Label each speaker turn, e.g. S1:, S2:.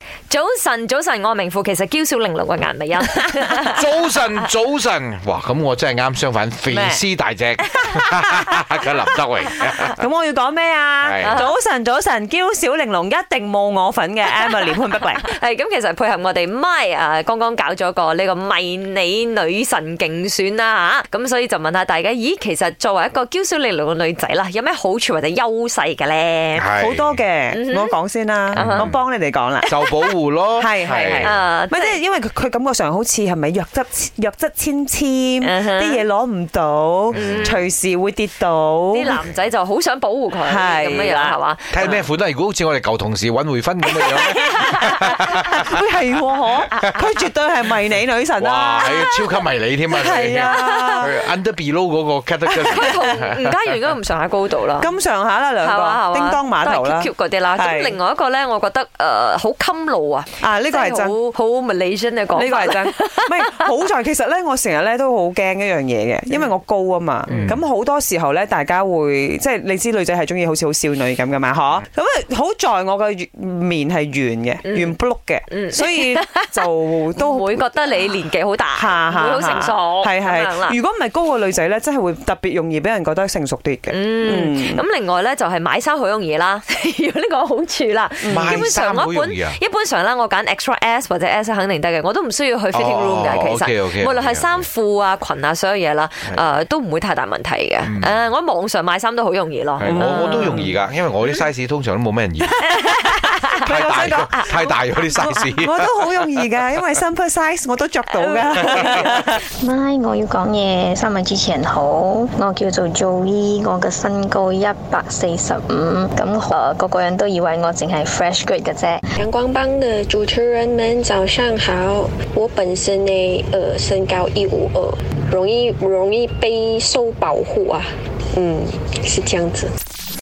S1: 早晨，早晨，我係明富，其實嬌小玲瓏嘅顏美欣，
S2: 早晨，早晨，哇！咁我真係啱相反，肥絲大隻， 佢林德 榮。
S3: 咁我要講咩啊？
S2: 係
S3: 早晨，早晨，嬌小玲瓏一定冇我 份嘅 Emily 潘碧玲。
S1: 係咁，其實配合我哋 My 啊，剛剛搞咗個呢個迷你女神競選啦吓，咁所以就問下大家，咦，其實作為一個嬌小玲瓏嘅女仔啦，有咩好處或者優勢嘅咧？
S2: 係
S3: 好多嘅，
S1: 嗯
S3: 我講先啦，我幫你哋講啦。
S2: 受保護咯，
S3: 係係係
S1: 啊，
S3: 咪即係因為佢佢感覺上好似係咪弱質弱質纖纖，
S1: 嗯哼嗯
S3: 啲嘢攞唔到，隨時會跌倒。
S1: 啲男仔就好想保護佢
S3: 係
S1: 咁樣樣
S3: 啦
S1: 係嘛？
S3: 啊
S2: 睇下咩款啦。如果好似我哋舊同事尹會芬咁嘅樣咧，
S3: 佢係喎， 嗬佢絕對 係迷你女神
S2: 哇，
S3: 啦。
S2: 係超級迷你添啊！
S3: 係啊，
S2: 佢，under below 嗰個 category
S1: 佢 同吳家源應該咁上下高度啦。
S3: 咁上下啦兩
S1: 係嘛係嘛
S3: 個，叮當碼頭啦
S1: 啊都係 cute cute 嗰啲啦。咁
S3: 係
S1: 另外一個咧，我覺得誒好襟路啊，
S3: 啊呢個係
S1: 即係
S3: 真。
S1: 好好 Malaysian 嘅講法
S3: 呢個係 真，唔係好在其實咧，我成日咧都好驚一樣嘢嘅，
S1: 嗯
S3: 因為我高啊嘛，咁好多時候咧，大家會即係你知女仔係中意好似好少女咁噶嘛，嗬，咁啊好在我嘅面係圓嘅，圓碌嘅，所以就都
S1: 嗯唔會覺得你年紀好 大，
S3: 下下
S1: 唔會好成熟，
S3: 係
S1: 咁樣啦
S3: 係。如果唔係高嘅女仔咧，真係會特別容易俾人覺得成熟啲嘅。
S1: 嗯，
S3: 嗯
S1: 咁另外咧就係買衫好容易啦， 有呢個好處啦。
S3: 嗯
S1: 基
S2: 賣
S1: 本
S2: 衫
S1: 上
S2: 好
S1: 我一
S2: 容
S1: 本
S2: 易啊！
S1: 一般上啦，我揀 extra S 或者 S 肯定得嘅，我都唔需要去 fitting room 嘅。
S2: 哦
S1: 其實
S2: OK，OK，
S1: 無論係
S2: OK，OK
S1: 衫褲啊、裙啊，所有嘢啦，誒都唔會太大問題嘅。誒，我喺網上買衫都好容易咯。
S2: 嗯係我我都容易㗎，因為我啲 size 通常都冇咩 人要，太大咗
S3: 啊
S2: 太大咗啲 size。
S3: 我都好容易 噶，因為 sample size 我都着到 啊噶。
S4: 咪，我要講嘢。三位主持人好，我叫做 Joey，我嘅身高一百四十五，咁誒個個人都以為我淨係 fresh grade 嘅啫。
S5: 阳光帮的主持人们，早上好。我本身呢，呃，身高一五二，容易容易被受保护啊。嗯，是这样子。